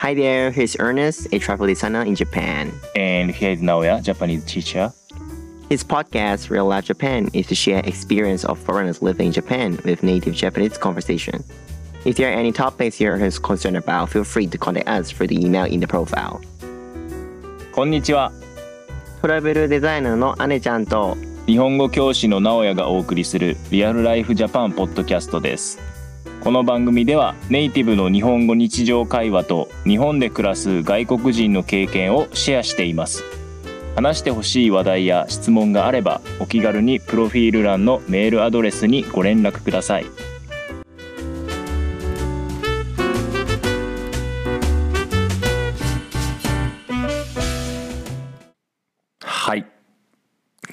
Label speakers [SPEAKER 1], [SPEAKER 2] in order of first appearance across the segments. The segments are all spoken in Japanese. [SPEAKER 1] Hi there, here's Ernest, a travel designer in Japan.
[SPEAKER 2] And here is Naoya, Japanese teacher.
[SPEAKER 1] His podcast, Real Life Japan, is to share experience of foreigners living in Japan with native Japanese conversation. If there are any topics you're concerned about, feel free to contact us through the email in the profile.
[SPEAKER 2] こんにちは。
[SPEAKER 1] トラベルデザイナーの姉ちゃんと
[SPEAKER 2] 日本語教師の直哉がお送りするリアルライフジャパンポッドキャストです。この番組ではネイティブの日本語日常会話と日本で暮らす外国人の経験をシェアしています。話してほしい話題や質問があればお気軽にプロフィール欄のメールアドレスにご連絡ください。はい。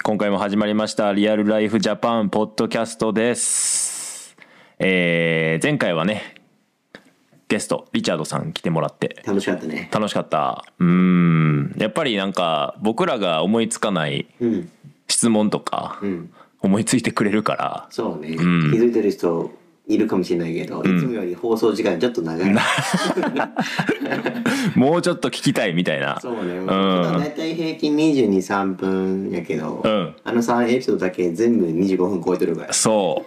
[SPEAKER 2] 今回も始まりました「リアルライフジャパン」ポッドキャストです、えー前回はねゲストリチャードさん来てもらって
[SPEAKER 1] 楽しかったね。
[SPEAKER 2] 楽しかったうーんやっぱりなんか僕らが思いつかない
[SPEAKER 1] うん、
[SPEAKER 2] 質問とか
[SPEAKER 1] うん、
[SPEAKER 2] 思いついてくれるから
[SPEAKER 1] そうね。
[SPEAKER 2] ん
[SPEAKER 1] 気づいてる人いるかもしれないけど、いつもより放送時間ちょっと長い。
[SPEAKER 2] もうちょっと聞きたいみたいな
[SPEAKER 1] そうね。
[SPEAKER 2] ん
[SPEAKER 1] 普段だいたい平均22、3分やけど、
[SPEAKER 2] うん
[SPEAKER 1] あの3エピソードだけ全部25分超えてるから。
[SPEAKER 2] そ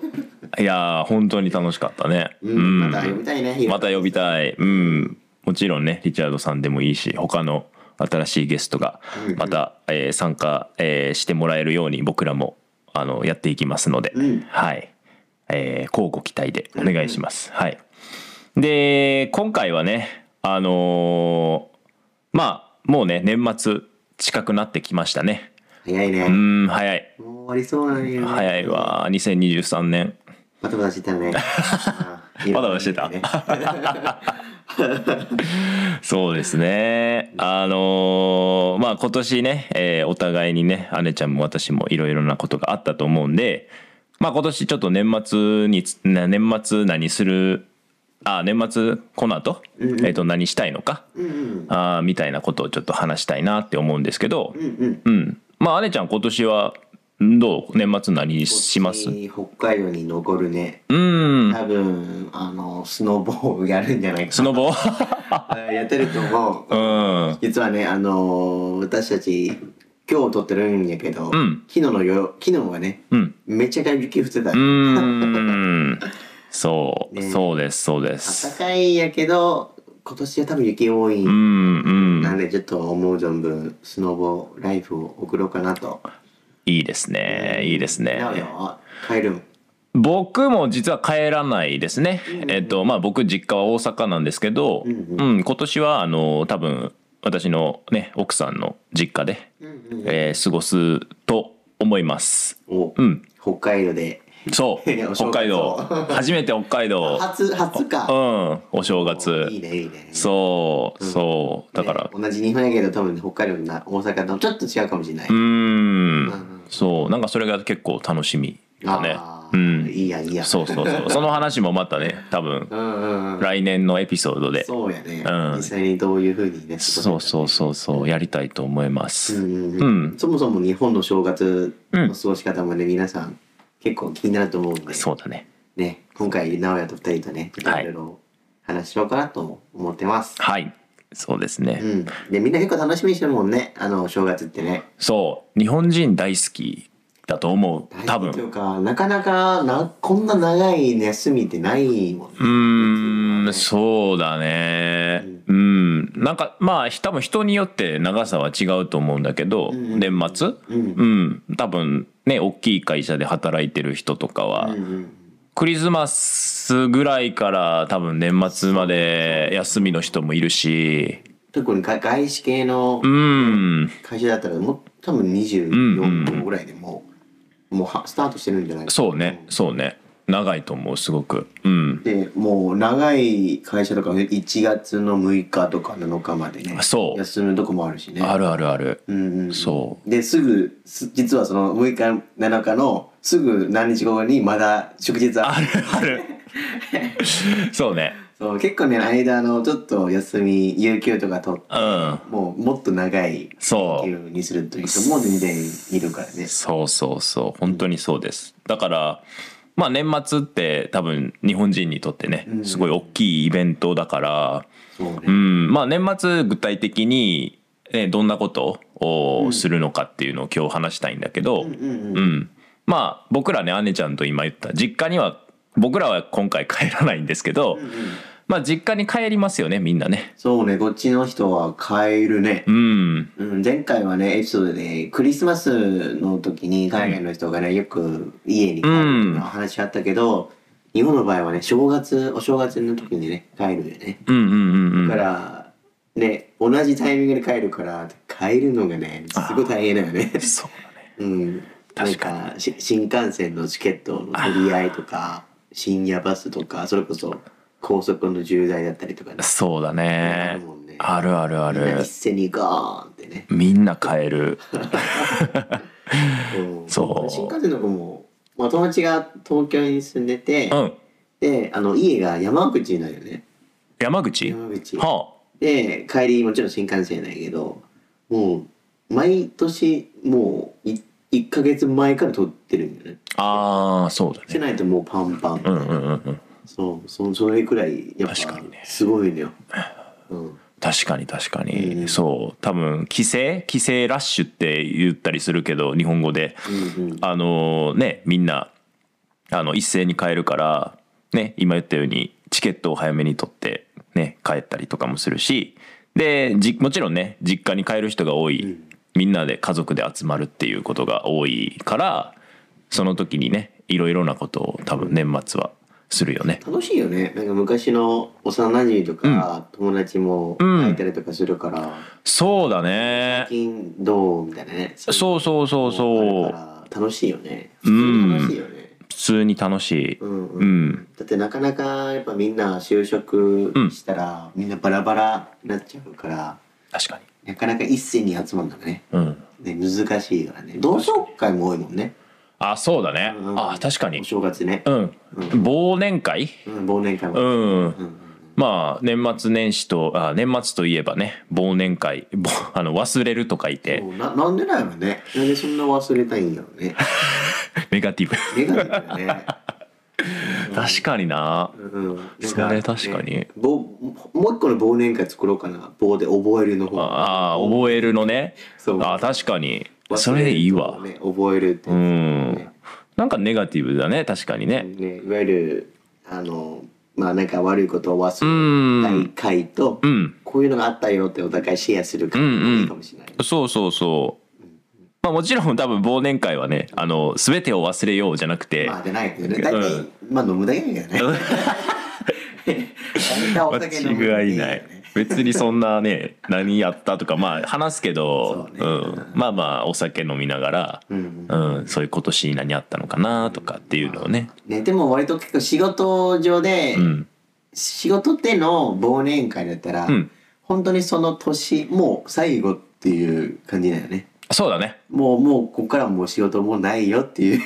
[SPEAKER 2] ういやー本当に楽しかったね
[SPEAKER 1] うん、また読みたいね。
[SPEAKER 2] また呼びたい。うん。もちろんね、リチャードさんでもいいし、他の新しいゲストがまた、えー参加、えーしてもらえるように僕らもあのやっていきますので、
[SPEAKER 1] うん
[SPEAKER 2] はい。えー、交互期待でお願いします。はい。で、今回はね、あのーまあ、もうね、年末近くなってきましたね。
[SPEAKER 1] 早いうね。
[SPEAKER 2] ん、早い。
[SPEAKER 1] もう終わりそうなんよ、ね。
[SPEAKER 2] 早いわ。2023年。
[SPEAKER 1] バタバタしてた ね。ああ
[SPEAKER 2] バタバタしてた
[SPEAKER 1] いろいろね
[SPEAKER 2] そうですね。あのーまあ今年ね、えーお互いにね、姉ちゃんも私もいろいろなことがあったと思うんで、まあ今年ちょっと年末につ、な年末何する、あ、年末この後、えっ、と何したいのか、
[SPEAKER 1] うんうん。
[SPEAKER 2] あーみたいなことをちょっと話したいなって思うんですけど
[SPEAKER 1] う、んうん。
[SPEAKER 2] うん。まあ姉ちゃん今年はどう年末何します
[SPEAKER 1] こっち北海道に残るね。
[SPEAKER 2] うん。
[SPEAKER 1] 多分、あの、スノボをやるんじゃないか。
[SPEAKER 2] スノボ
[SPEAKER 1] あやってると思う。
[SPEAKER 2] うん。
[SPEAKER 1] 実はね、あのー私たち、今日撮ってるんやけど、
[SPEAKER 2] ん
[SPEAKER 1] 昨日の夜、昨日はね、
[SPEAKER 2] うん。
[SPEAKER 1] めちゃくちゃ雪降ってた。
[SPEAKER 2] うーん。そう、
[SPEAKER 1] ね
[SPEAKER 2] そうです、そうです。
[SPEAKER 1] 暖かいやけど、今年は多分雪多い。
[SPEAKER 2] うんう
[SPEAKER 1] なん
[SPEAKER 2] ん。
[SPEAKER 1] でちょっと思う存分スノボライフを送ろうかなと。
[SPEAKER 2] いいですね。いいです
[SPEAKER 1] なお
[SPEAKER 2] ね。
[SPEAKER 1] よ帰るん。
[SPEAKER 2] 僕も実は帰らないですね。えっと、まあ僕実家は大阪なんですけど、
[SPEAKER 1] う
[SPEAKER 2] うん、
[SPEAKER 1] うん
[SPEAKER 2] 今年はあの、多分私のね、奥さんの実家で、
[SPEAKER 1] うんうん。
[SPEAKER 2] えー過ごすと思います。
[SPEAKER 1] お、
[SPEAKER 2] うん。
[SPEAKER 1] 北海道で
[SPEAKER 2] そ う
[SPEAKER 1] いやお、正月
[SPEAKER 2] 北海道
[SPEAKER 1] を。
[SPEAKER 2] 初めて北海道。
[SPEAKER 1] 初初
[SPEAKER 2] う
[SPEAKER 1] か。
[SPEAKER 2] ん、お正月。
[SPEAKER 1] いいねいいね。
[SPEAKER 2] そう、そう。だから
[SPEAKER 1] ね、同じ日本やけど多分ね北海道のな大阪とちょっと違うかもしれない。
[SPEAKER 2] うー
[SPEAKER 1] うん
[SPEAKER 2] ん、そう、なんかそれが結構楽しみだね
[SPEAKER 1] あ。
[SPEAKER 2] う
[SPEAKER 1] ー
[SPEAKER 2] ん、
[SPEAKER 1] いいやいいや。
[SPEAKER 2] そうそうそう、その話もまたね、多分
[SPEAKER 1] うんうんうん。
[SPEAKER 2] 来年のエピソードで。
[SPEAKER 1] そうやね。
[SPEAKER 2] うん
[SPEAKER 1] 実際にどういう風にね。
[SPEAKER 2] そうそうそうそう、やりたいと思いま
[SPEAKER 1] う
[SPEAKER 2] す。
[SPEAKER 1] ん
[SPEAKER 2] う
[SPEAKER 1] うんん。、そもそも日本の正月
[SPEAKER 2] うん
[SPEAKER 1] の過ごし方もね皆さん結構気になると思うんで。
[SPEAKER 2] そうだね。
[SPEAKER 1] ね、今回直哉と二人とねちょっといろいろ話しようかなと思ってます、
[SPEAKER 2] はい、そうですね。
[SPEAKER 1] うんでみんな結構楽しみにしてるもんねあの正月ってね
[SPEAKER 2] そう、日本人大好きだと思う。
[SPEAKER 1] 大
[SPEAKER 2] 多
[SPEAKER 1] 事とい
[SPEAKER 2] 分。
[SPEAKER 1] うかなかなかなこんな長い休みってないもんね
[SPEAKER 2] うーん、そうだね。うん、なんかまあ多分人によって長さは違うと思うんだけど、
[SPEAKER 1] んうん
[SPEAKER 2] 年末、
[SPEAKER 1] うん
[SPEAKER 2] うん、多分ね大きい会社で働いてる人とかは、
[SPEAKER 1] うんうん
[SPEAKER 2] クリスマスぐらいから多分年末まで休みの人もいるし
[SPEAKER 1] 特にが外資系の
[SPEAKER 2] うん
[SPEAKER 1] 会社だったらもう多分24分ぐらいでもう,、もうはスタートしてるんじゃないかな
[SPEAKER 2] そうねそうね長いと思うすごくうん
[SPEAKER 1] でもう長い会社とか1月の6日とか7日までね
[SPEAKER 2] そう
[SPEAKER 1] 休むとこもあるしね
[SPEAKER 2] あるあるある、
[SPEAKER 1] うんうんうん
[SPEAKER 2] そ
[SPEAKER 1] ですぐす実はその6日7日のすぐ何日後にまだ祝日あ
[SPEAKER 2] ある あるそうね
[SPEAKER 1] そう結構ね間のちょっと休み有給とか取って
[SPEAKER 2] うん
[SPEAKER 1] もうもっと長い
[SPEAKER 2] そう
[SPEAKER 1] 有給にするという人も全然いるからね
[SPEAKER 2] そうそうそう本当にそうですだからまあ年末って多分日本人にとってね
[SPEAKER 1] うん
[SPEAKER 2] すごい大きいイベントだから、
[SPEAKER 1] そうね、
[SPEAKER 2] うん、まあ年末具体的に、ね、どんなことをするのかっていうのを今日話したいんだけど、
[SPEAKER 1] うん
[SPEAKER 2] う
[SPEAKER 1] うん
[SPEAKER 2] ん、まあ僕らね姉ちゃんと今言った実家には僕らは今回帰らないんですけど、まあ実家に帰りますよねみんなね。
[SPEAKER 1] そうねこっちの人は帰るね
[SPEAKER 2] う、ん、
[SPEAKER 1] うん、前回はねエピソードでクリスマスの時に海外の人がねよく家に帰るとか話あったけど、日本の場合はね正月お正月の時にね帰るよね
[SPEAKER 2] うんうんうんうん
[SPEAKER 1] だからね同じタイミングで帰るから帰るのがねすごい大変だよね
[SPEAKER 2] そうだね
[SPEAKER 1] うん、
[SPEAKER 2] 確かに
[SPEAKER 1] なんし新幹線のチケットの取り合いとか深夜バスとかそれこそ高速の渋滞だったりとかね
[SPEAKER 2] そうだ
[SPEAKER 1] あ
[SPEAKER 2] ね
[SPEAKER 1] るもんね
[SPEAKER 2] あるあるあ
[SPEAKER 1] みんな
[SPEAKER 2] る
[SPEAKER 1] 一斉にガーンってね、
[SPEAKER 2] みんな帰る
[SPEAKER 1] うん
[SPEAKER 2] そう
[SPEAKER 1] 新幹線の子も、まあ、友達が東京に住んでて、
[SPEAKER 2] うん
[SPEAKER 1] であの家が山口なんよね
[SPEAKER 2] 山口
[SPEAKER 1] 山口
[SPEAKER 2] は
[SPEAKER 1] で帰りもちろん新幹線だけどもう毎年もうい1ヶ月前から撮ってるんよね
[SPEAKER 2] ああーそうだ
[SPEAKER 1] して
[SPEAKER 2] ね
[SPEAKER 1] ないともうパンパン、
[SPEAKER 2] うんうんうんうん
[SPEAKER 1] そうそそれくらいやっぱ
[SPEAKER 2] 確かにね
[SPEAKER 1] すごいのよ、うん、
[SPEAKER 2] 確かに確か
[SPEAKER 1] うん
[SPEAKER 2] にそう多分帰省帰省ラッシュって言ったりするけど日本語で
[SPEAKER 1] うんうん
[SPEAKER 2] あのねみんなあの一斉に帰るからね今言ったようにチケットを早めに取ってね帰ったりとかもするしでじもちろんね実家に帰る人が多い、みんなで家族で集まるっていうことが多いからその時にねいろいろなことを多分年末はするよね。
[SPEAKER 1] 楽しいよねなんか昔の幼馴染とか、友達も
[SPEAKER 2] うん
[SPEAKER 1] 会えたりとかするから、
[SPEAKER 2] そうだね
[SPEAKER 1] 最近どうみたいなねうい
[SPEAKER 2] そうそうそ
[SPEAKER 1] の
[SPEAKER 2] うそ
[SPEAKER 1] があ
[SPEAKER 2] う
[SPEAKER 1] るから楽しいよね普
[SPEAKER 2] う
[SPEAKER 1] 通に楽
[SPEAKER 2] ん
[SPEAKER 1] しいよね、
[SPEAKER 2] 普通に楽しい。
[SPEAKER 1] うんうん
[SPEAKER 2] うん
[SPEAKER 1] だってなかなかやっぱみんな就職したら、みんなバラバラになっちゃうから
[SPEAKER 2] 確かに。
[SPEAKER 1] なかなか一斉に集まるのがね
[SPEAKER 2] うん。
[SPEAKER 1] ね難しいからね同窓会も多いもんね
[SPEAKER 2] あそうだね。
[SPEAKER 1] うん
[SPEAKER 2] あ確かに
[SPEAKER 1] お。正月ね
[SPEAKER 2] う、ん。忘年会
[SPEAKER 1] うん、忘年会も、
[SPEAKER 2] うん
[SPEAKER 1] う。ん
[SPEAKER 2] まあ年末年始とあ年末といえばね忘年会ぼ あの忘れると書いて
[SPEAKER 1] そうななんでなんやろねなんでそんな忘れたいんやろね
[SPEAKER 2] ネガティブ
[SPEAKER 1] ネガティブだ ね、
[SPEAKER 2] 確かにな
[SPEAKER 1] うん、なん
[SPEAKER 2] それ確かに
[SPEAKER 1] ねぼもう一個の忘年会作ろうかな棒で覚えるの方
[SPEAKER 2] ああ覚えるのね
[SPEAKER 1] そう
[SPEAKER 2] あ確かにそれでいいわ
[SPEAKER 1] 忘れるとね、覚えるって
[SPEAKER 2] う
[SPEAKER 1] やつ
[SPEAKER 2] んなんかネガティブだね確かにね
[SPEAKER 1] ねいわゆるあのまあなんか悪いことを
[SPEAKER 2] う
[SPEAKER 1] 忘れたい
[SPEAKER 2] ん
[SPEAKER 1] 回と、
[SPEAKER 2] うん
[SPEAKER 1] こういうのがあったよってお互いシェアする回
[SPEAKER 2] うんうん
[SPEAKER 1] もいいかもしれない、
[SPEAKER 2] そうそうそうまあもちろん多分忘年会はねあの全てを忘れようじゃなくて
[SPEAKER 1] まあでないけどね大体、
[SPEAKER 2] うん
[SPEAKER 1] まあ飲むだけだけど ね大体お酒飲むだ
[SPEAKER 2] 間
[SPEAKER 1] けだけどね
[SPEAKER 2] 違いない別にそん なね何やったとかまあ話すけど
[SPEAKER 1] そうね
[SPEAKER 2] うん、まあまあお酒飲みながら、
[SPEAKER 1] うんうん
[SPEAKER 2] うん、そういう今年何あったのかなとかっていうのをね、
[SPEAKER 1] ね、でも割と結構仕事上で、
[SPEAKER 2] うん、
[SPEAKER 1] 仕事での忘年会だったら、
[SPEAKER 2] うん
[SPEAKER 1] 本当にその年もう最後っていう感じだよね
[SPEAKER 2] そうだね
[SPEAKER 1] もうもうここからはもう仕事もうないよっていう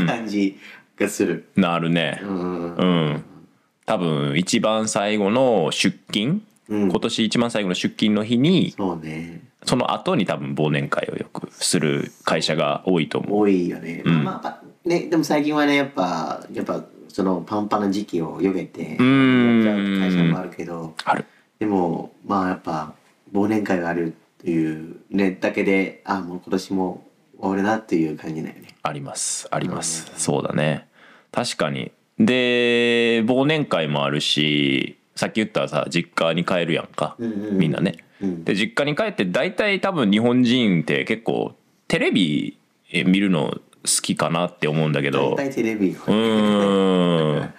[SPEAKER 2] うん
[SPEAKER 1] 感じがする、
[SPEAKER 2] なるね
[SPEAKER 1] うんうん
[SPEAKER 2] うん多分一番最後の出勤、
[SPEAKER 1] うん
[SPEAKER 2] 今年一番最後の出勤の日に
[SPEAKER 1] そうね
[SPEAKER 2] その後に多分忘年会をよくする会社が多いと思う
[SPEAKER 1] 多いよね、
[SPEAKER 2] うん
[SPEAKER 1] まあまあねでも最近はねやっぱやっぱそのパンパンな時期をよけてやっちゃ
[SPEAKER 2] ん
[SPEAKER 1] う会社もあるけど
[SPEAKER 2] ある
[SPEAKER 1] でもまあやっぱ忘年会があるっていうねだけであもう今年も終わるなっていう感じだよね
[SPEAKER 2] ありますあります、そうだね確かにで忘年会もあるしさっき言ったさ実家に帰るやんか、
[SPEAKER 1] うんうん
[SPEAKER 2] みんなね
[SPEAKER 1] うん
[SPEAKER 2] で実家に帰って大体多分日本人って結構テレビ見るの好きかなって思うんだけど
[SPEAKER 1] 大体テレビよ
[SPEAKER 2] うーん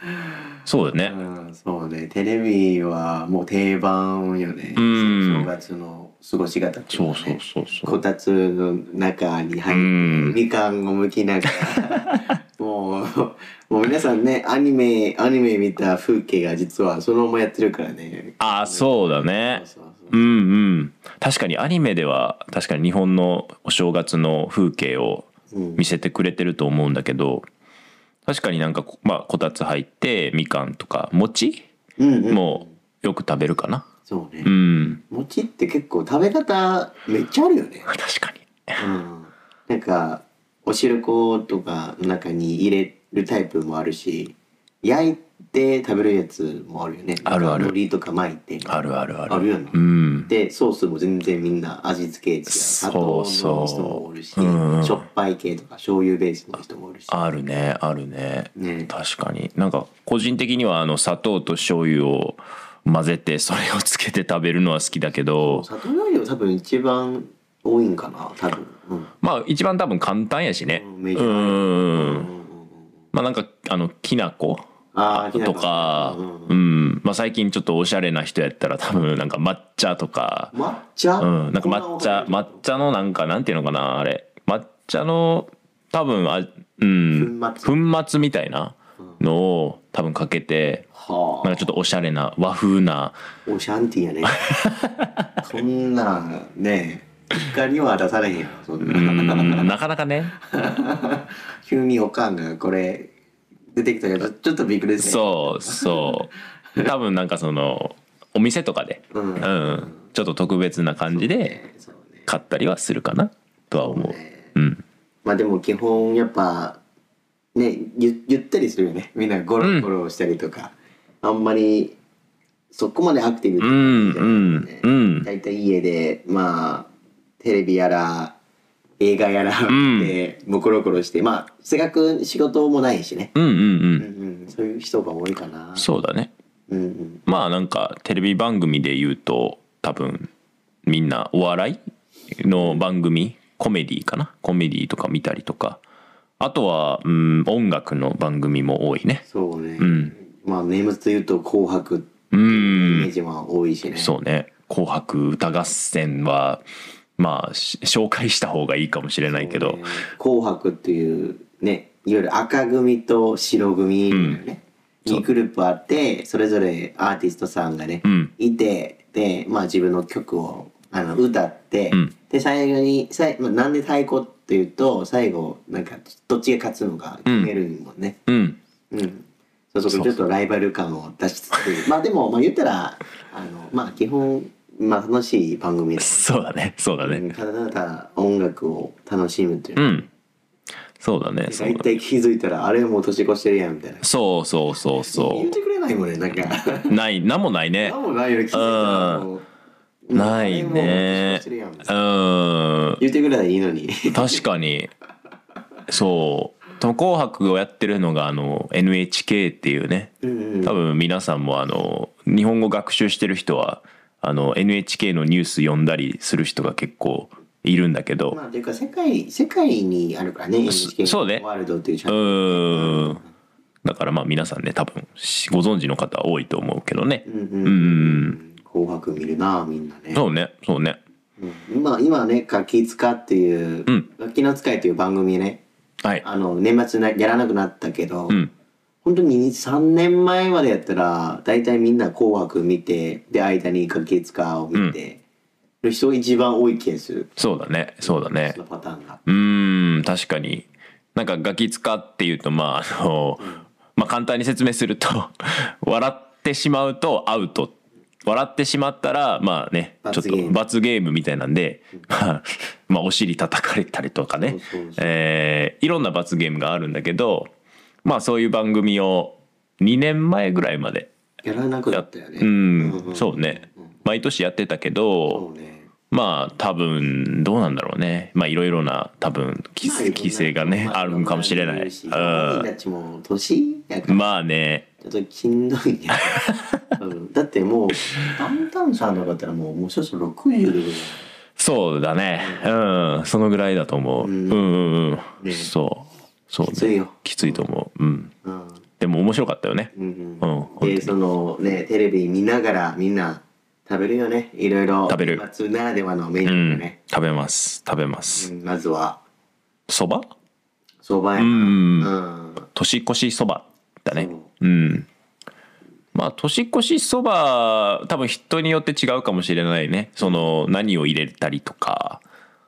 [SPEAKER 2] そうだね
[SPEAKER 1] うんそうねテレビはもう定番よね
[SPEAKER 2] うん
[SPEAKER 1] 正月の過ごし方っていの
[SPEAKER 2] そ
[SPEAKER 1] は
[SPEAKER 2] うそう
[SPEAKER 1] ね
[SPEAKER 2] そうそ
[SPEAKER 1] こ
[SPEAKER 2] う
[SPEAKER 1] たつの中に入
[SPEAKER 2] う
[SPEAKER 1] っ
[SPEAKER 2] ん
[SPEAKER 1] てみかんをむきなが らもうもう皆さんねアニメアニメ見た風景が実はそのままやってるからね
[SPEAKER 2] ああそうだね
[SPEAKER 1] そうそう
[SPEAKER 2] うんうん確かにアニメでは確かに日本のお正月の風景を
[SPEAKER 1] そううん
[SPEAKER 2] 見せてくれてると思うんだけど確かになんかこ,、まあ、こたつ入ってみかんとか餅
[SPEAKER 1] うんうん
[SPEAKER 2] もよく食べるかな
[SPEAKER 1] そうね
[SPEAKER 2] うん
[SPEAKER 1] 餅って結構食べ方めっちゃあるよね
[SPEAKER 2] 確かに
[SPEAKER 1] うんなんかお汁粉とかの中に入れるタイプもあるし焼いて食べるやつもあるよね
[SPEAKER 2] あるある
[SPEAKER 1] 海苔とか巻いて
[SPEAKER 2] あるあるある
[SPEAKER 1] あるよね
[SPEAKER 2] うん
[SPEAKER 1] でソースも全然みんな味付け違う砂糖の人
[SPEAKER 2] そうそう
[SPEAKER 1] もおるし、
[SPEAKER 2] うんうん
[SPEAKER 1] しょっぱい系とか醤油ベースの人もおるし
[SPEAKER 2] あるねあるね
[SPEAKER 1] ね
[SPEAKER 2] 確かになんか個人的にはあの砂糖と醤油を混ぜてそれをつけて食べるのは好きだけど
[SPEAKER 1] 砂糖よりも多分一番多いんかな多分、うん
[SPEAKER 2] まあ一番多分簡単やしね
[SPEAKER 1] う
[SPEAKER 2] うんん
[SPEAKER 1] メジャーな
[SPEAKER 2] まあなんかあのきな粉
[SPEAKER 1] あー
[SPEAKER 2] とか
[SPEAKER 1] きな粉
[SPEAKER 2] うんまあ最近ちょっとおしゃれな人やったら多分なんか抹茶とか
[SPEAKER 1] 抹茶、
[SPEAKER 2] うん、なんか抹茶抹茶のなんかなんていうのかなあれ抹茶の多分あうん
[SPEAKER 1] 粉末
[SPEAKER 2] みたいなのを多分かけて
[SPEAKER 1] は
[SPEAKER 2] なんかちょっとおしゃれな和風な
[SPEAKER 1] あオシャンティーや ねそんなんね光には出されへんよそん
[SPEAKER 2] う
[SPEAKER 1] な、
[SPEAKER 2] んなかなかね
[SPEAKER 1] 急におかんがこれ出てきたけどちょっとびっくりですね
[SPEAKER 2] そうそう多分なんかそのお店とかで、
[SPEAKER 1] う
[SPEAKER 2] うん
[SPEAKER 1] ん
[SPEAKER 2] ちょっと特別な感じで
[SPEAKER 1] ねそうね
[SPEAKER 2] 買ったりはするかなとは思う。
[SPEAKER 1] ね
[SPEAKER 2] うん、
[SPEAKER 1] まあでも基本やっぱねゆゆったりするよねみんなゴロゴロしたりとか、あんまりそこまでアクティブ
[SPEAKER 2] うん
[SPEAKER 1] じゃないですね
[SPEAKER 2] うんうん
[SPEAKER 1] 大体家でまあテレビやら映画やら
[SPEAKER 2] ん
[SPEAKER 1] で、もうゴロゴロしてまあせっかく仕事もないしね、
[SPEAKER 2] うんうんう
[SPEAKER 1] うん
[SPEAKER 2] ん
[SPEAKER 1] うん、そういう人が多いかな
[SPEAKER 2] そうだね
[SPEAKER 1] うんうん、
[SPEAKER 2] まあなんかテレビ番組で言うと多分みんなお笑いの番組コメディかなコメディとか見たりとかあとは、うん、音楽の番組も多いね
[SPEAKER 1] そうね、
[SPEAKER 2] ん
[SPEAKER 1] まあネームズというと「紅白」って
[SPEAKER 2] う
[SPEAKER 1] いうイメー
[SPEAKER 2] ん
[SPEAKER 1] ジも多いしね、
[SPEAKER 2] そうね「紅白歌合戦は」まあし紹介した方がいいかもしれないけど、
[SPEAKER 1] ね紅白っていうねいわゆる赤組と白組ね、2グループあってそれぞれアーティストさんがね、
[SPEAKER 2] うん
[SPEAKER 1] いてで、まあ、自分の曲をあの歌って、
[SPEAKER 2] うん
[SPEAKER 1] で最後にさい、まあ、なんで太鼓っていうと最後なんかどっちが勝つのか決めるもんね。
[SPEAKER 2] うん
[SPEAKER 1] うんそうそうちょっとライバル感を出しつつまあでも、まあ、言ったらあの、まあ、基本、まあ、楽しい番組です、
[SPEAKER 2] そうだねそうだ
[SPEAKER 1] うん
[SPEAKER 2] ね
[SPEAKER 1] ただただ音楽を楽しむという
[SPEAKER 2] うん、そうだねそう
[SPEAKER 1] 大
[SPEAKER 2] だね
[SPEAKER 1] 体気づいたらあれもう年越してるやんみたいな
[SPEAKER 2] そうそうそうそ
[SPEAKER 1] 言ってくれないもんねなんか
[SPEAKER 2] うないなんもないね
[SPEAKER 1] 何もないより気づいたらもうもうあ
[SPEAKER 2] な
[SPEAKER 1] れ
[SPEAKER 2] い
[SPEAKER 1] もう年
[SPEAKER 2] ね
[SPEAKER 1] 越してるやんみたいな
[SPEAKER 2] うん
[SPEAKER 1] 言ってくれたらいいのに
[SPEAKER 2] 確かにそう多分紅白」をやってるのがあの NHK っていうね
[SPEAKER 1] うんうん
[SPEAKER 2] 多分皆さんもあの日本語学習してる人はあの NHK のニュース読んだりする人が結構いるんだけど
[SPEAKER 1] まあというか世界世界にあるからね NHK
[SPEAKER 2] そうね
[SPEAKER 1] ワールドっていうチャ
[SPEAKER 2] う
[SPEAKER 1] ンネル
[SPEAKER 2] ーんだからまあ皆さんね多分しご存知の方多いと思うけどね
[SPEAKER 1] うん
[SPEAKER 2] うんうん
[SPEAKER 1] 紅白見るなみんなね
[SPEAKER 2] そうねそうね
[SPEAKER 1] うんまあ今ね「楽器使」っていう
[SPEAKER 2] うん
[SPEAKER 1] 「楽器の使い」という番組ね
[SPEAKER 2] はい
[SPEAKER 1] あの年末なやらなくなったけど、
[SPEAKER 2] うん
[SPEAKER 1] 本当に3年前までやったら大体みんな「紅白」見てで間に「かけつか」を見て、の人が一番多い気がする
[SPEAKER 2] そうだねそうだね
[SPEAKER 1] そのパターンが。
[SPEAKER 2] うーん確かになんかガキ使っていうとまああの、まあ簡単に説明すると 笑ってしまうとアウト笑ってしまったらまあねちょ
[SPEAKER 1] 罰
[SPEAKER 2] っと
[SPEAKER 1] ゲーム
[SPEAKER 2] 罰ゲームみたいなんで、まあ まあお尻叩かれたりとかね
[SPEAKER 1] そうそうそう
[SPEAKER 2] えーいろんな罰ゲームがあるんだけどまあそういう番組を2年前ぐらいまで
[SPEAKER 1] やらなくなったよね。
[SPEAKER 2] うん、
[SPEAKER 1] うんうん
[SPEAKER 2] そうね毎年やってたけど、
[SPEAKER 1] そうね
[SPEAKER 2] まあ多分どうなんだろうねまあいろいろな多分規
[SPEAKER 1] まあいろんな
[SPEAKER 2] 規制がね
[SPEAKER 1] ま
[SPEAKER 2] あるんかもしれない
[SPEAKER 1] ろん人がいるし
[SPEAKER 2] う
[SPEAKER 1] 本人たちも年やか
[SPEAKER 2] ん
[SPEAKER 1] ら
[SPEAKER 2] まあね
[SPEAKER 1] ちょっとしんどい ね。うんだってもうダウンタウンさんとかだったらもうもうそろそろ60で
[SPEAKER 2] そうだねうんそのぐらいだと思ううんうんう
[SPEAKER 1] ね
[SPEAKER 2] んそうそう
[SPEAKER 1] きついよ
[SPEAKER 2] きついと思ううん
[SPEAKER 1] ございます。うん
[SPEAKER 2] でも面白かったよね
[SPEAKER 1] うん
[SPEAKER 2] うん
[SPEAKER 1] う
[SPEAKER 2] 本当
[SPEAKER 1] ん、
[SPEAKER 2] に
[SPEAKER 1] でそのねテレビ見ながらみんな食べるよねいろいろ
[SPEAKER 2] 食べる
[SPEAKER 1] 年末ならではのメニュ
[SPEAKER 2] う
[SPEAKER 1] ーが
[SPEAKER 2] ん
[SPEAKER 1] ね、
[SPEAKER 2] 食べます食べま
[SPEAKER 1] う
[SPEAKER 2] す
[SPEAKER 1] んまずは
[SPEAKER 2] そば
[SPEAKER 1] そばやな
[SPEAKER 2] うん
[SPEAKER 1] うん
[SPEAKER 2] 年越しそばだね
[SPEAKER 1] そう
[SPEAKER 2] うんまあ年越しそば多分人によって違うかもしれないねその何を入れたりとか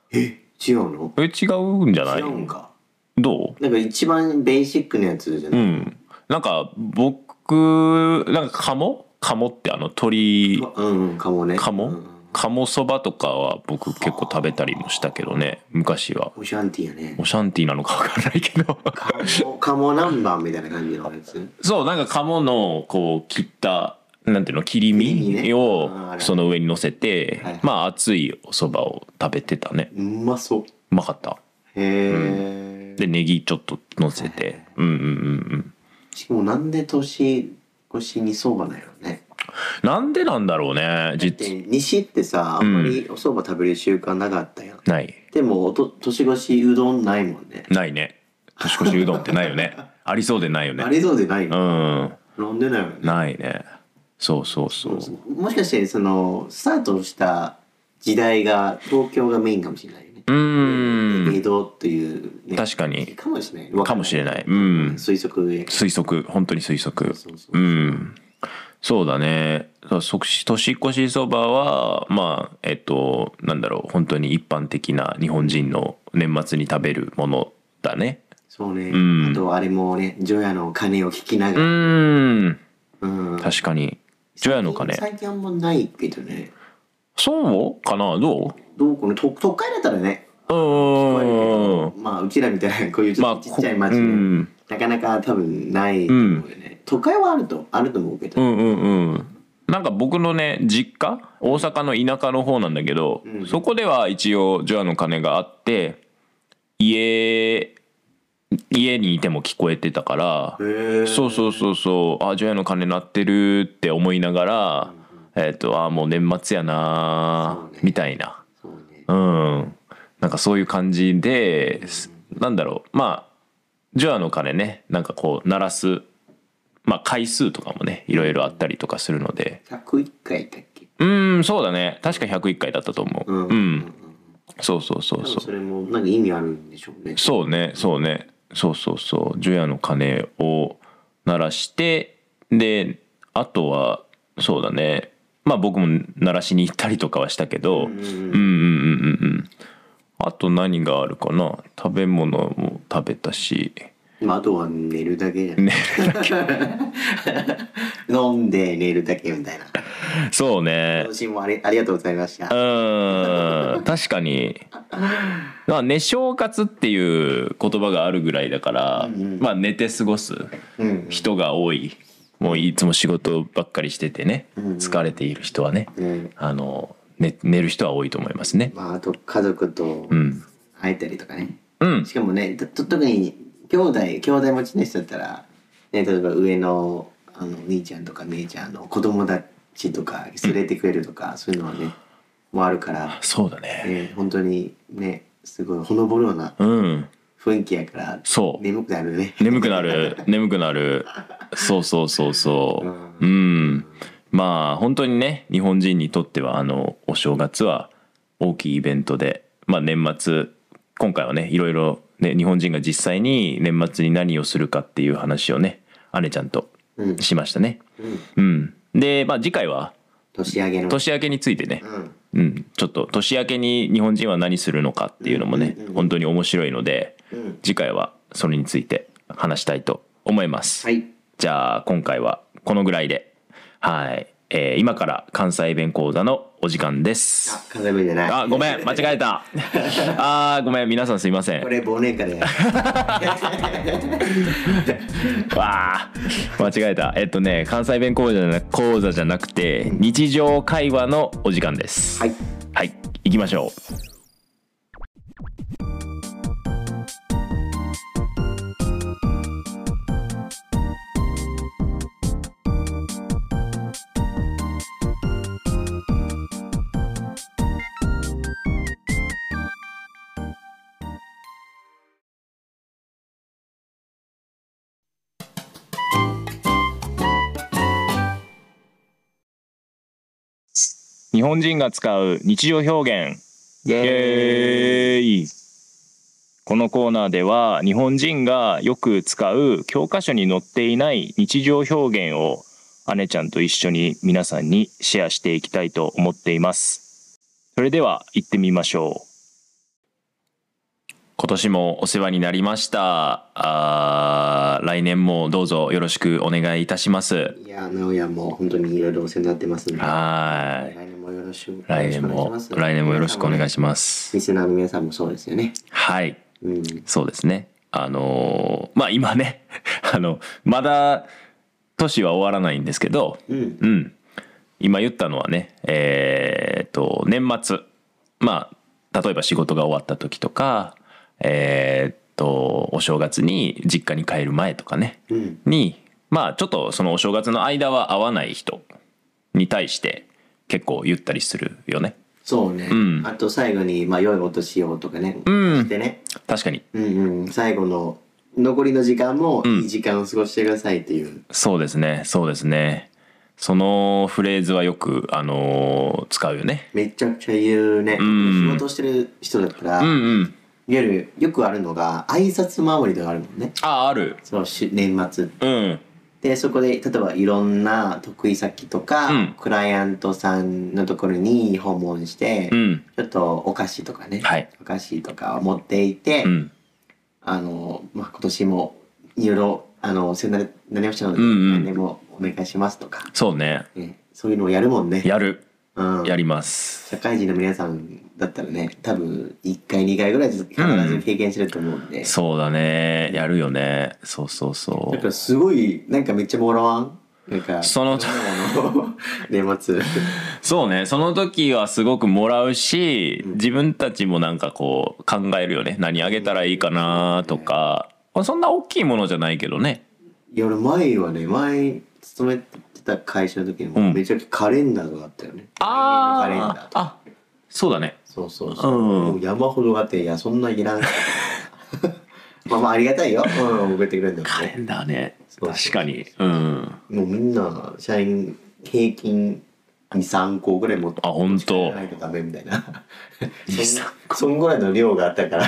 [SPEAKER 1] 違うの
[SPEAKER 2] え違うんじゃな
[SPEAKER 1] 違
[SPEAKER 2] い
[SPEAKER 1] うんか
[SPEAKER 2] ど
[SPEAKER 1] なんか一番ベーシックなやつじゃ
[SPEAKER 2] うう
[SPEAKER 1] ない、
[SPEAKER 2] んなんか僕なんか鴨鴨ってあの鳥
[SPEAKER 1] うん、うんかもね
[SPEAKER 2] 鴨
[SPEAKER 1] うん
[SPEAKER 2] 鴨そばとかは僕結構食べたりもしたけどね昔は
[SPEAKER 1] オシャンティーやね
[SPEAKER 2] オシャンティーなのかわかんないけど
[SPEAKER 1] カモカモ南蛮みたいな感じのやつ
[SPEAKER 2] そうなんか鴨のこう切ったなんていうの切り
[SPEAKER 1] 切り身
[SPEAKER 2] 身
[SPEAKER 1] ね
[SPEAKER 2] を
[SPEAKER 1] あーあれ
[SPEAKER 2] その上に乗せて、
[SPEAKER 1] はいはい
[SPEAKER 2] まあ熱いおそばを食べてたね
[SPEAKER 1] うまそう
[SPEAKER 2] うまかった
[SPEAKER 1] へえ、
[SPEAKER 2] でネギちょっと乗せ
[SPEAKER 1] はいは
[SPEAKER 2] て
[SPEAKER 1] い
[SPEAKER 2] うんうんうんうん
[SPEAKER 1] しかもなんで年越しに相場なんやろね
[SPEAKER 2] なんでなんだろうね実
[SPEAKER 1] で西ってさあんまりおそば食べる習慣なかったやん、
[SPEAKER 2] ない
[SPEAKER 1] でもおと年越しうどんないもんね
[SPEAKER 2] ないね年越しうどんってない よねありそうでないよね
[SPEAKER 1] ありそうでないの、
[SPEAKER 2] うん
[SPEAKER 1] 飲んでないよね
[SPEAKER 2] ないねそうそうそう
[SPEAKER 1] もしかしてそのスタートした時代が東京がメインかもしれないよね
[SPEAKER 2] うー
[SPEAKER 1] 江
[SPEAKER 2] ん
[SPEAKER 1] 戸という、ね、
[SPEAKER 2] 確かに
[SPEAKER 1] かもしれない
[SPEAKER 2] かもしれ
[SPEAKER 1] い
[SPEAKER 2] ないうん
[SPEAKER 1] 推測で
[SPEAKER 2] 推測本当に推測
[SPEAKER 1] そうそう
[SPEAKER 2] う
[SPEAKER 1] そう、
[SPEAKER 2] んそうだねそうそ年越しそばはまあえっとなんだろう本当に一般的な日本人の年末に食べるものだね
[SPEAKER 1] そうね、
[SPEAKER 2] うん
[SPEAKER 1] あとあれもね除夜の鐘を聞きな
[SPEAKER 2] う
[SPEAKER 1] がら、
[SPEAKER 2] ーん
[SPEAKER 1] うん
[SPEAKER 2] 確かに除夜の
[SPEAKER 1] 最
[SPEAKER 2] 鐘
[SPEAKER 1] 近最近あんまないけどね
[SPEAKER 2] そうかなど
[SPEAKER 1] どうこの都都会だったらね
[SPEAKER 2] ううーん
[SPEAKER 1] まあうちらみたいなこういうちょ
[SPEAKER 2] まあ
[SPEAKER 1] っとちっちゃい町
[SPEAKER 2] う
[SPEAKER 1] で、
[SPEAKER 2] ん
[SPEAKER 1] なかなか多分ないと思うよね、都会はあるとあると思うけ
[SPEAKER 2] う
[SPEAKER 1] ど、
[SPEAKER 2] んうんうんなんか僕のね実家大阪の田舎の方なんだけど、
[SPEAKER 1] うん
[SPEAKER 2] そこでは一応除夜の鐘があって家家にいても聞こえてたから、
[SPEAKER 1] へえ
[SPEAKER 2] そうそうそうそうあ除夜の鐘鳴ってるって思いながら、えっ、とあもう年末やな
[SPEAKER 1] そう
[SPEAKER 2] ー、
[SPEAKER 1] ね
[SPEAKER 2] みたいな
[SPEAKER 1] そうね
[SPEAKER 2] うんなんかそういう感じで、すなんだろうまあ除夜の鐘ねなんかこう鳴らす、まあ、回数とかもねいろいろあったりとかするので
[SPEAKER 1] 101回だっけ
[SPEAKER 2] うんそうだね確か101回だったと思ううん、そうそうそう
[SPEAKER 1] 多
[SPEAKER 2] そ
[SPEAKER 1] 分
[SPEAKER 2] う
[SPEAKER 1] それもなんか意味あるんでしょうね
[SPEAKER 2] そうねそうねそうそうそう除夜の鐘を鳴らしてであとはそうだねまあ僕も鳴らしに行ったりとかはしたけど、
[SPEAKER 1] うんうん
[SPEAKER 2] うんうんうんうんうんあと何があるかな食べ物も食べたし
[SPEAKER 1] まあ、あとは寝るだけじゃん
[SPEAKER 2] 寝
[SPEAKER 1] 飲んで寝るだけみたいな
[SPEAKER 2] そうね
[SPEAKER 1] 私もありありがとうございました
[SPEAKER 2] うーん確かにまあ寝正月っていう言葉があるぐらいだから、
[SPEAKER 1] うんうん
[SPEAKER 2] まあ寝て過ごす
[SPEAKER 1] うん
[SPEAKER 2] 人が多いもういつも仕事ばっかりしててね
[SPEAKER 1] うんうん
[SPEAKER 2] 疲れている人はね
[SPEAKER 1] うん
[SPEAKER 2] あの寝寝る人は多いと思いますね
[SPEAKER 1] まああと家族と
[SPEAKER 2] うん
[SPEAKER 1] 会えたりとかね、
[SPEAKER 2] うん
[SPEAKER 1] しかもねとと特に兄弟兄弟持ちの人だったら、ね、例えば上のあの兄ちゃんとか姉ちゃんの子供たちとか連れてくれるとか、そういうのはねもあるから、
[SPEAKER 2] そうだね
[SPEAKER 1] ね、本当にねすごいほのぼるような
[SPEAKER 2] うん
[SPEAKER 1] 雰囲気やから
[SPEAKER 2] そう
[SPEAKER 1] 眠くなるね。
[SPEAKER 2] 眠くなる眠くなるそうそうそうそううんまあ本当にね日本人にとってはあのお正月は大きいイベントでまあ年末今回はねいろいろね日本人が実際に年末に何をするかっていう話をね姉ちゃんと
[SPEAKER 1] うん
[SPEAKER 2] しましたね
[SPEAKER 1] うん
[SPEAKER 2] うんでまあ次回は
[SPEAKER 1] 年上げの
[SPEAKER 2] 年明けについてね
[SPEAKER 1] うん
[SPEAKER 2] うんちょっと年明けに日本人は何するのかっていうのもね
[SPEAKER 1] うんうんうん
[SPEAKER 2] 本当に面白いので
[SPEAKER 1] うん
[SPEAKER 2] 次回はそれについて話したいと思います
[SPEAKER 1] はい
[SPEAKER 2] じゃあ今回はこのぐらいではい、えー今から関西弁講座のお時間です
[SPEAKER 1] あ考え目じゃない
[SPEAKER 2] あ ごめん間違えたあーごめん皆さんすいません
[SPEAKER 1] これ忘年会 で
[SPEAKER 2] わあ間違えたえっとね関西弁講座じゃな講座じゃなくて日常会話のお時間です
[SPEAKER 1] はい
[SPEAKER 2] はい行きましょう
[SPEAKER 3] 日本人が使う日常表現
[SPEAKER 4] イ
[SPEAKER 3] イエーイこのコーナーでは日本人がよく使う教科書に載っていない日常表現を姉ちゃんと一緒に皆さんにシェアしていきたいと思っていますそれでは行ってみましょ
[SPEAKER 2] 今年もお世話になりましたあー来年もどうぞよろしくお願いいたします
[SPEAKER 1] いや名古屋も本当にいろいろお世話になってますんで
[SPEAKER 2] はーい
[SPEAKER 1] 来年ももよろしく
[SPEAKER 2] 来年も、来年もよろしくお願いし
[SPEAKER 1] ま
[SPEAKER 2] ます。
[SPEAKER 1] リスナーの皆さんもそうですよね。
[SPEAKER 2] はい。
[SPEAKER 1] うん。
[SPEAKER 2] そうですね。あのーまあ今ね、 あの、まだ、年は終わらないんですけど、
[SPEAKER 1] うん。
[SPEAKER 2] うん。今言ったのはね、えーっと、年末。まあ、例えば仕事が終わった時とか、えーっと、お正月に実家に帰る前とかね、
[SPEAKER 1] うん。
[SPEAKER 2] に、まあちょっとそのお正月の間は会わない人に対して結構言ったりするよね。
[SPEAKER 1] そうね。
[SPEAKER 2] うん
[SPEAKER 1] あと最後に、まあ、良いお年をとかね。
[SPEAKER 2] うん
[SPEAKER 1] してね。
[SPEAKER 2] 確かに、
[SPEAKER 1] うんうん。最後の、残りの時間も、
[SPEAKER 2] ん
[SPEAKER 1] いい時間を過ごしてくださいっていう。
[SPEAKER 2] そうですね、そうですね。そのフレーズはよく、あのー使うよね。
[SPEAKER 1] めちゃくちゃ言うね。
[SPEAKER 2] うん
[SPEAKER 1] 仕事してる人だったら、
[SPEAKER 2] うんうん。
[SPEAKER 1] 夜、よくあるのが、挨拶回りとかあるもんね。
[SPEAKER 2] あ、ある。
[SPEAKER 1] そのし年末
[SPEAKER 2] うん。
[SPEAKER 1] でそこで例えばいろんな得意先とか、
[SPEAKER 2] うん
[SPEAKER 1] クライアントさんのところに訪問して、
[SPEAKER 2] うん。
[SPEAKER 1] ちょっとお菓子とかね、
[SPEAKER 2] はい
[SPEAKER 1] お菓子とかを持っていて、
[SPEAKER 2] うん。
[SPEAKER 1] あのまあ、今年もいろいろあのお世話になりましたので、
[SPEAKER 2] うんうん
[SPEAKER 1] 来年もお願いしますとか、
[SPEAKER 2] そうね。
[SPEAKER 1] ね、そういうのをやるもんね。
[SPEAKER 2] やる。
[SPEAKER 1] うん、
[SPEAKER 2] やります。
[SPEAKER 1] 社会人の皆さんだったらね多分1回2回ぐらい必ず経験してると思うんで、
[SPEAKER 2] そうだね。やるよね。そうそうそ
[SPEAKER 1] だか
[SPEAKER 2] う。
[SPEAKER 1] らすごいなんかめっちゃもらわんなんか
[SPEAKER 2] その
[SPEAKER 1] の年末
[SPEAKER 2] そうね。その時はすごくもらうし、自分たちもなんかこう考えるよね。何あげたらいいかなとか。そんな大きいものじゃないけどね。
[SPEAKER 1] いや俺前はね前勤めてた会社の時に
[SPEAKER 2] う
[SPEAKER 1] も
[SPEAKER 2] ん
[SPEAKER 1] めちゃくちゃカレンダーがあったよね、
[SPEAKER 2] あ
[SPEAKER 1] 来年のカレンダーと
[SPEAKER 2] あ。あ、そうだね。
[SPEAKER 1] そうそうそう、
[SPEAKER 2] うん
[SPEAKER 1] もう山ほどあっていやそんない らんまあまあありがたいよ、うん、送ってくれるんだ
[SPEAKER 2] カ
[SPEAKER 1] け
[SPEAKER 2] レンダーね。
[SPEAKER 1] そう
[SPEAKER 2] 確かに。うん。
[SPEAKER 1] どもうみんな社員平均23個ぐらい持って
[SPEAKER 2] あ本
[SPEAKER 1] 持
[SPEAKER 2] 当
[SPEAKER 1] って帰らないとダメみたい なそんそんぐらいの量があったから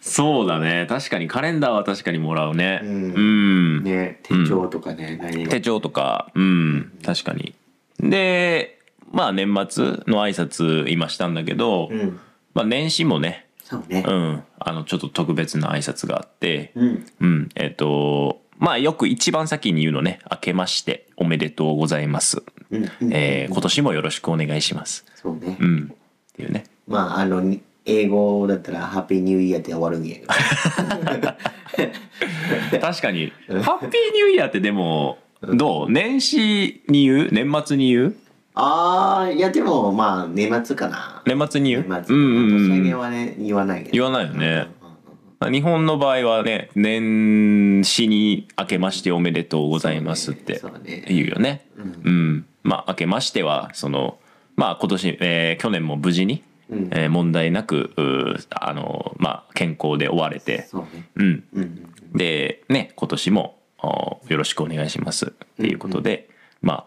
[SPEAKER 2] そうだね。確かにカレンダーは確かにもらうね。
[SPEAKER 1] う
[SPEAKER 2] うんん。
[SPEAKER 1] ね手帳とかね、来年
[SPEAKER 2] 手帳とか、うん、確かに。で、まあ年末の挨拶今したんだけど、
[SPEAKER 1] うん
[SPEAKER 2] まあ年始もね、
[SPEAKER 1] そうね
[SPEAKER 2] うん、あのちょっと特別な挨拶があって、
[SPEAKER 1] うん
[SPEAKER 2] うん、えっ、と、まあよく一番先に言うのね、明けましておめでとうございます。
[SPEAKER 1] うん、
[SPEAKER 2] えー今年もよろしくお願いします。
[SPEAKER 1] そうね、
[SPEAKER 2] うん。っていうね。
[SPEAKER 1] まああのに英語だったら「ハッピーニューイヤー」って終わるんやけ ど
[SPEAKER 2] 確かに、ハッピーニューイヤーってでも、どう年始に言う年末に言う
[SPEAKER 1] ああいやでもまあ年末かな
[SPEAKER 2] 年末に言う
[SPEAKER 1] 年末
[SPEAKER 2] うんう
[SPEAKER 1] 年
[SPEAKER 2] んう
[SPEAKER 1] 明
[SPEAKER 2] ん
[SPEAKER 1] はね言わないけど
[SPEAKER 2] 言わないよね
[SPEAKER 1] うんうんうん
[SPEAKER 2] 日本の場合はね年始に「明けましておめでとうございます」って
[SPEAKER 1] そうね
[SPEAKER 2] 言うよね
[SPEAKER 1] う
[SPEAKER 2] うんん、まあ「明けましては」そのまあ今年、えー去年も無事に、
[SPEAKER 1] うん
[SPEAKER 2] えー問題なくうーあのまあ健康で終われて
[SPEAKER 1] そうね
[SPEAKER 2] うん
[SPEAKER 1] うんうん
[SPEAKER 2] でね今年もおよろしくお願いしますっていうことで、まあ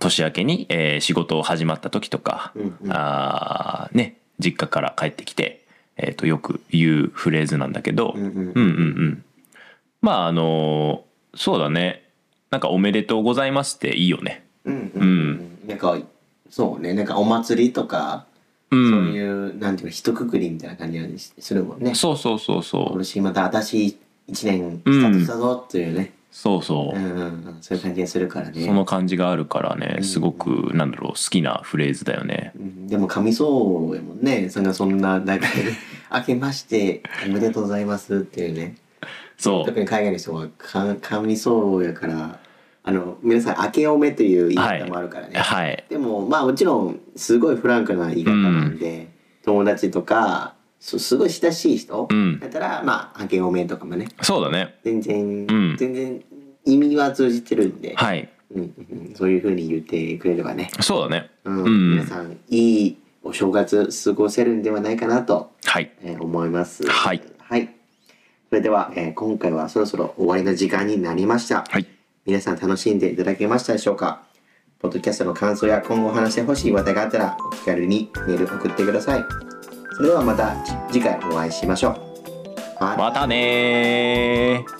[SPEAKER 2] 年明けに、えー仕事を始まった時とか、
[SPEAKER 1] うんうん
[SPEAKER 2] あーね実家から帰ってきて、えー、とよく言うフレーズなんだけど、
[SPEAKER 1] うんうん
[SPEAKER 2] うんうんまああのーそうだねなんか「おめでとうございます」っていいよね。
[SPEAKER 1] うんうんうんなんかそうねなんかお祭りとか
[SPEAKER 2] う、
[SPEAKER 1] そうんいうなんていうか一括りみたいな感じにするもんね
[SPEAKER 2] そうそうそうそう
[SPEAKER 1] 今年また私一年スタートしたぞっていうね
[SPEAKER 2] そうそうう、
[SPEAKER 1] んうんうんそういう感じがするからね
[SPEAKER 2] その感じがあるからねすごくなんだろう好きなフレーズだよね。
[SPEAKER 1] うんでも噛みそうやもんねそんなそんな なんか明けましておめでとうございますっていうね
[SPEAKER 2] そう
[SPEAKER 1] 特に海外の人はか噛みそうやからあの皆さん「明けおめ」という言い方もあるからね、
[SPEAKER 2] はい。
[SPEAKER 1] でもまあもちろんすごいフランクな言い方なんで、友達とかすすごい親しい人、
[SPEAKER 2] うん
[SPEAKER 1] だったらまあ「明けおめ」とかもね
[SPEAKER 2] そうだね。
[SPEAKER 1] 全然、
[SPEAKER 2] うん
[SPEAKER 1] 全然意味は通じてるんで、
[SPEAKER 2] はい。
[SPEAKER 1] うんうんうんそういうふうに言ってくれればね
[SPEAKER 2] そうだね。
[SPEAKER 1] うん
[SPEAKER 2] うん
[SPEAKER 1] 皆さんいいお正月過ごせるんではないかなと、
[SPEAKER 2] はい。
[SPEAKER 1] えー思います
[SPEAKER 2] はい、
[SPEAKER 1] はい、それでは、えー今回はそろそろ終わりの時間になりました、
[SPEAKER 2] はい。
[SPEAKER 1] 皆さん楽しんでいただけましたでしょうかポッドキャストの感想や今後話してほしい話題があったらお気軽にメール送ってくださいそれではまた次回お会いしましょうまた
[SPEAKER 2] またねー。